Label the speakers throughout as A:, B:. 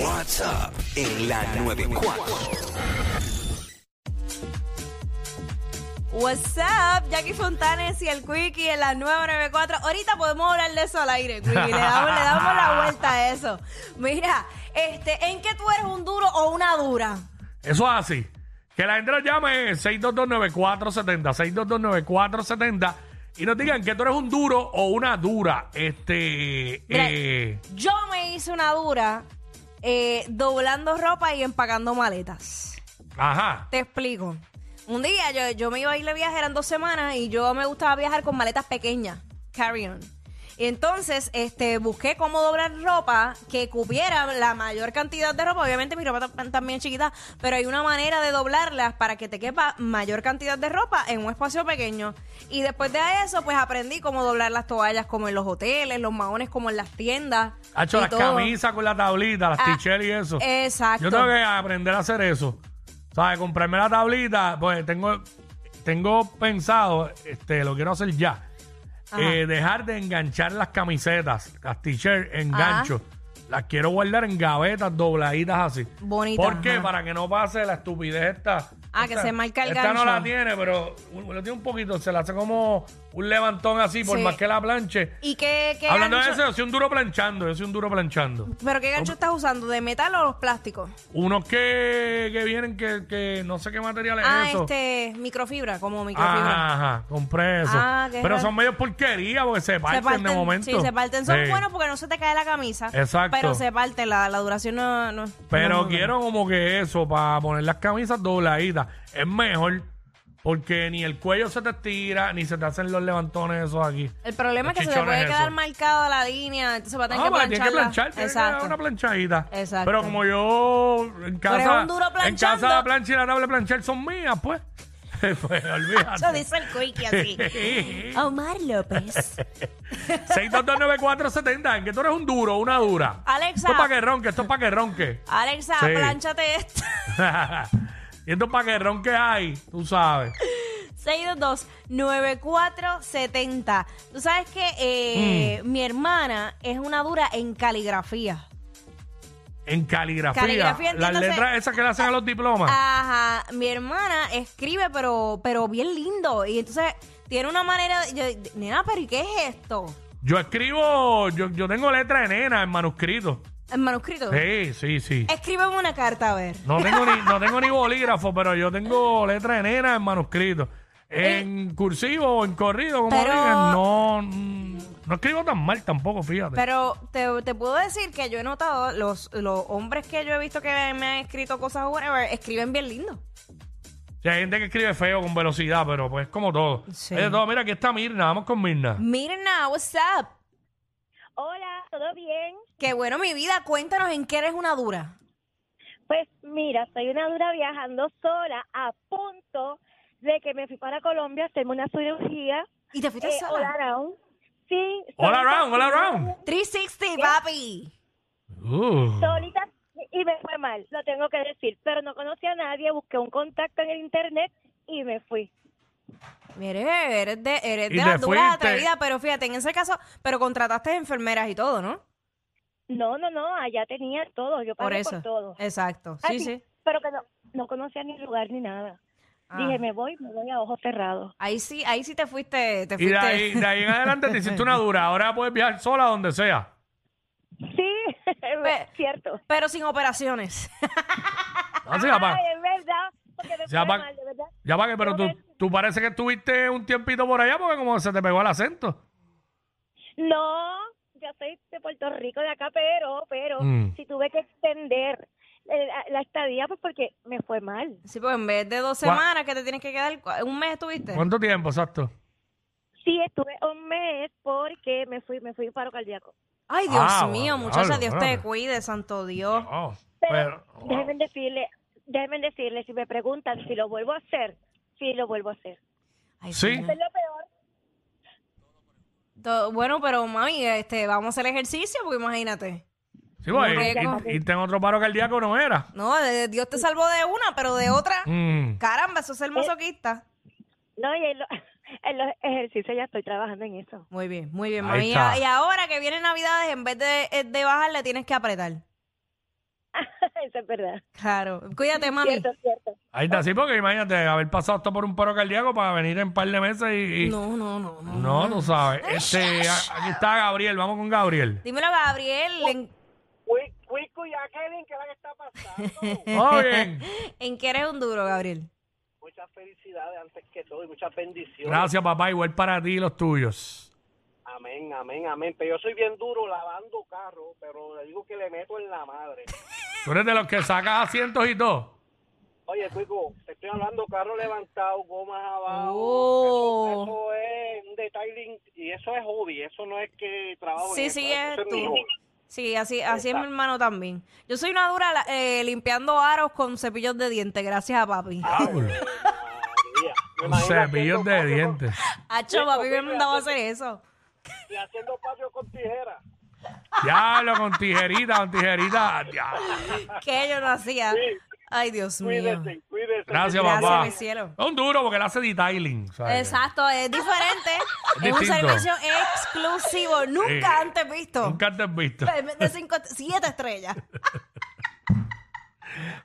A: What's up en la 94.
B: What's up, Jackie Fontanes y el Quickie en la 994. Ahorita podemos hablar de eso al aire, Quickie. Le damos, le damos la vuelta a eso. Mira, este, ¿en qué tú eres un duro o una dura?
C: Eso es así. Que la gente nos llame 6229470, 6229470 y nos digan que tú eres un duro o una dura. Este,
B: Mira,
C: eh,
B: Yo me hice una dura eh, doblando ropa y empacando maletas.
C: ajá.
B: Te explico. Un día yo, yo me iba a ir de viaje, eran dos semanas, y yo me gustaba viajar con maletas pequeñas, carry-on. Y entonces este, busqué cómo doblar ropa que cupiera la mayor cantidad de ropa. Obviamente mi ropa tam- también es chiquita, pero hay una manera de doblarlas para que te quepa mayor cantidad de ropa en un espacio pequeño. Y después de eso, pues aprendí cómo doblar las toallas como en los hoteles, los maones como en las tiendas.
C: Ha hecho
B: y
C: las
B: todo.
C: camisas con la tablita, las
B: Ah,
C: t-shirts y eso.
B: exacto.
C: Yo tengo que aprender a hacer eso. ¿Sabes? Comprarme la tablita, pues tengo, tengo pensado, este, lo quiero hacer ya.
B: Ajá.
C: eh, dejar de enganchar las camisetas, las t-shirts en
B: Ajá.
C: gancho. Las quiero guardar en gavetas dobladitas así.
B: Bonitas,
C: ¿Por qué?
B: ajá.
C: Para que no pase la estupidez esta.
B: Ah, que
C: Esta-
B: se marca el
C: esta
B: gancho.
C: no la tiene, pero uh, lo tiene un poquito. Se la hace como un levantón así, por
B: Sí.
C: más que la planche.
B: ¿Y qué, qué
C: Hablando
B: gancho-
C: de eso, yo soy un duro planchando, yo soy un duro planchando.
B: ¿Pero qué gancho estás usando? ¿De metal o los plásticos?
C: Unos que, que vienen que, que no sé qué material es
B: Ah,
C: eso. Ah,
B: este, microfibra, como microfibra.
C: Ajá, ajá, compré eso.
B: Ah, qué
C: pero
B: raro.
C: son medio porquería porque se parten, de momento.
B: Sí, se parten. Son
C: Sí.
B: buenos porque no se te cae la camisa.
C: Exacto.
B: Pero se parte, la, la duración no, no- no es
C: Pero
B: muy
C: quiero como que eso, para poner las camisas dobladitas. Es mejor porque ni el cuello se te estira, ni se te hacen los levantones esos aquí.
B: buena. El problema es
C: Los
B: que se te puede
C: chichones
B: quedar
C: esos.
B: marcada la línea, entonces va a tener
C: Ah,
B: que
C: pues,
B: plancharla.
C: tienes que planchar, tienes que dar
B: Exacto.
C: una planchadita.
B: Exacto.
C: Pero como yo en casa,
B: eres un duro
C: en casa
B: planchando.
C: la plancha y la tabla de planchar son mías, pues. pues
B: Eso
C: olvídate.
B: dice el quickie así. Omar López.
C: 6229470, en que tú eres un duro, una dura.
B: Alexa.
C: Esto es para que ronque, esto es para que ronque.
B: Alexa,
C: Sí.
B: planchate esta.
C: y esto es para que ronque hay, tú sabes.
B: 622-9470. Tú sabes que eh, mi hermana es una dura en caligrafía.
C: En caligrafía.
B: Caligrafía,
C: las
B: entiéndase- Ah.
C: letras esas que le hacen a los diplomas.
B: Ajá, mi hermana escribe, pero, pero bien lindo. Y entonces tiene una manera. de- yo- nena, pero ¿y qué es esto?
C: Yo escribo, yo, yo tengo letra de nena en manuscrito.
B: En manuscrito.
C: Sí, sí, sí.
B: Escríbeme una carta, a ver.
C: No tengo ni, no tengo ni bolígrafo, pero yo tengo letra de nena en manuscrito. En cursivo o en corrido, como
B: Eh. Pero-
C: digan, no, mm, no escribo tan mal tampoco, fíjate.
B: Pero te, te puedo decir que yo he notado, los, los hombres que yo he visto que me han escrito cosas, whatever, escriben bien lindo.
C: Sí, hay gente que escribe feo con velocidad, pero pues como todo.
B: Sí.
C: Es de todo. Mira, aquí está Mirna, vamos con Mirna.
B: Mirna, what's up?
D: Hola, ¿todo bien?
B: Qué bueno, mi vida, cuéntanos en qué eres una dura.
D: Pues mira, soy una dura viajando sola a punto de que me fui para Colombia a hacerme una cirugía.
B: Y te fuiste
D: eh, all
B: sola.
D: around. Sí.
C: All
D: solita-
C: around, all around.
B: 360, papi.
C: Uh.
D: Solita y me fue mal, lo tengo que decir. Pero no conocí a nadie, busqué un contacto en el internet y me fui.
B: Mire, eres de, eres
C: Y
B: de la
C: te
B: dura
C: fuiste.
B: atrevida, pero fíjate, en ese caso, pero contrataste enfermeras y todo, ¿no?
D: No, no, no, allá tenía todo, yo
B: Por
D: pagué
B: eso.
D: por todo.
B: Exacto.
D: Ah,
B: Sí, sí.
D: Pero que no, no conocía ni lugar ni nada.
B: Ah.
D: Dije, me voy, me voy a ojos cerrados.
B: Ahí sí, ahí sí te fuiste, te
C: Y de
B: fuiste.
C: ahí, de ahí en adelante te hiciste una dura. Ahora puedes viajar sola donde sea.
D: Sí,
B: Pe-
D: es cierto.
B: Pero sin operaciones.
C: Así, Ah, papá.
D: Ay, es verdad, porque me
C: Se
D: fue
C: llama-
D: mal, de verdad.
C: Ya para que, pero tú, tú parece que estuviste un tiempito por allá porque como se te pegó el acento.
D: No, yo soy de Puerto Rico, de acá, pero, pero,
C: Mm.
D: si tuve que extender eh, la, la estadía, pues porque me fue mal.
B: Sí, pues en vez de dos
C: ¿Cuá-
B: semanas que te tienes que quedar, ¿cu- un mes estuviste.
C: ¿Cuánto tiempo, exacto?
D: Sí, estuve un mes porque me fui, me fui paro cardíaco.
B: Ay, Dios
C: Ah,
B: mío,
C: bueno,
B: muchacha,
C: diablo,
B: Dios te
C: espérame.
B: cuide, santo Dios.
C: Oh,
D: Pero
C: pero,
D: déjenme decirle, déjenme decirle, si me preguntan si lo vuelvo a hacer, sí lo vuelvo a hacer.
B: Ay,
C: Sí.
D: Eso
B: señor.
D: es lo peor.
B: To- Bueno, pero mami, este, vamos a hacer ejercicio, porque imagínate.
C: sí, pues,
B: Como
C: y-
B: que-
C: y, y tengo otro paro cardíaco, no era.
B: No, eh, Dios te salvó de una, pero de otra.
C: Mm.
B: Caramba, eso es
D: Eh,
B: el masoquista.
D: No, y en, lo- en los ejercicios ya estoy trabajando en eso.
B: Muy bien, muy bien,
C: Ahí
B: mami. Y
C: está.
B: a- y ahora que vienen Navidades, en vez de, eh, de bajar, le tienes que apretar.
D: eso es verdad.
B: Claro. Cuídate, mami.
D: Cierto, cierto.
C: Ahí está, sí, porque imagínate haber pasado esto por un paro cardíaco para venir en un par de meses y. y-
B: No, no, no, no.
C: No, tú sabes. Este, a- aquí está Gabriel, vamos con Gabriel.
B: Dímelo, Gabriel, ¿en,
E: Wisco y Jacqueline, ¿qué es la que está pasando?
C: Muy bien.
B: en qué eres un duro, Gabriel?
E: muchas felicidades antes que todo y muchas bendiciones.
C: Gracias, papá. Igual para ti y los tuyos.
E: Amén, amén, amén. Pero yo soy bien duro lavando carro, pero le digo que le meto en la madre.
C: Tú eres de los que sacas asientos y todo.
E: Oye, Cuico, te estoy hablando carro levantado, gomas abajo.
B: Oh.
E: Eso, eso es un detailing y eso es hobby, eso no es que trabajo. en
B: Sí,
E: eso,
B: sí,
E: eso
B: es
E: es mi
B: tú.
E: hobby.
B: Sí, así, así es mi hermano también. Yo soy una dura la- eh, limpiando aros con cepillos de dientes, gracias a papi.
E: María,
C: Diablo.
E: me
C: Con
E: imagino
C: cepillos
E: haciendo
C: de
E: patio con-
C: dientes.
B: Hacho, papi me mandaba a hacer eso.
E: Y haciendo patio con tijera.
C: Diablo, con tijerita, con tijerita. Diablo.
B: Que yo no hacía. Ay, Dios mío.
E: Cuídese, cuídese.
C: Gracias,
B: Gracias,
C: papá.
B: mi cielo.
C: Es un duro porque él hace detailing. ¿sabes?
B: Exacto, es diferente. es un
C: distinto.
B: servicio exclusivo, nunca
C: Sí.
B: antes visto.
C: Nunca te has visto.
B: De cinco, siete estrellas.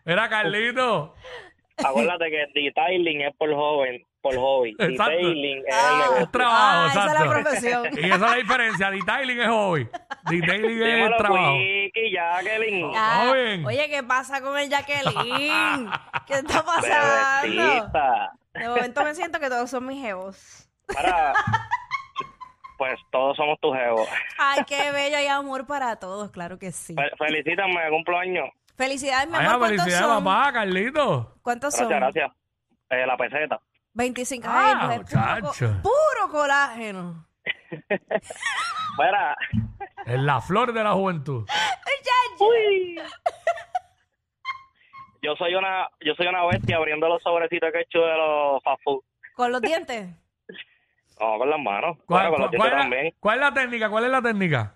C: Era Carlito.
F: Acuérdate que detailing es por joven, por hobby.
C: Exacto.
F: Detailing es el
B: Ah,
F: negocio.
C: trabajo,
B: ah, esa es la
C: exacto.
B: profesión.
C: Y esa es la diferencia. Detailing es hobby. Detailing es
F: Dímelo,
C: trabajo.
F: Quiki, Jacqueline.
B: Ah,
C: bien.
B: oye, ¿qué pasa con el Jacqueline? ¿Qué está pasando?
F: Bebecita.
B: De momento me siento que todos son mis jevos.
F: Para. Pues todos somos tus jevos.
B: Ay, qué bello y amor para todos, claro que sí.
F: Fe- Felicítame de cumpleaños.
B: Felicidades, mi
C: Ay,
B: amor. ¿Cuántos
C: felicidades,
B: son?
C: papá, Carlito.
B: ¿Cuántos
F: Gracias,
B: son?
F: gracias. Eh, la peseta.
B: 25.
C: Ah,
B: Ay, mujer, puro co-
C: muchacho.
B: puro colágeno.
F: Mira,
C: Es la flor de la juventud.
F: yo soy una, yo soy una bestia abriendo los sobrecitos que he hecho de los fast food.
B: Con los dientes.
F: No, con las manos. Bueno, con
C: cuál
F: los dientes
C: es la-
F: también.
C: cuál es la técnica? ¿Cuál es la técnica?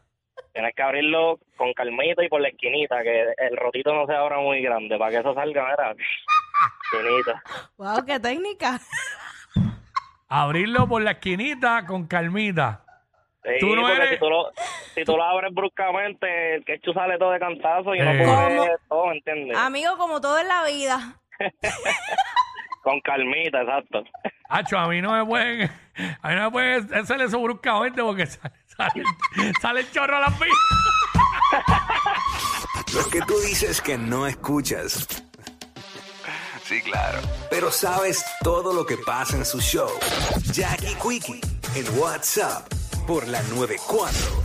F: Tienes que abrirlo con calmita y por la esquinita, que el rotito no se abra muy grande, para que eso salga, mira, finito.
B: Wow, qué técnica.
C: Abrirlo por la esquinita con calmita.
F: Sí,
C: Tú no
F: porque
C: eres-
F: si tú, lo, si tú lo abres bruscamente, el ketchup sale todo de cantazo y no
C: Eh.
F: cubre todo, ¿entiendes?
B: Amigo, como todo en la vida.
F: Con calmita, exacto.
C: Hacho, a mí no me pueden. A mí no me pueden hacer eso bruscamente porque sale, sale, sale el chorro a la pista.
A: Los que tú dices que no escuchas. Sí, claro. Pero sabes todo lo que pasa en su show. Jackie Quickie en WhatsApp por la 94.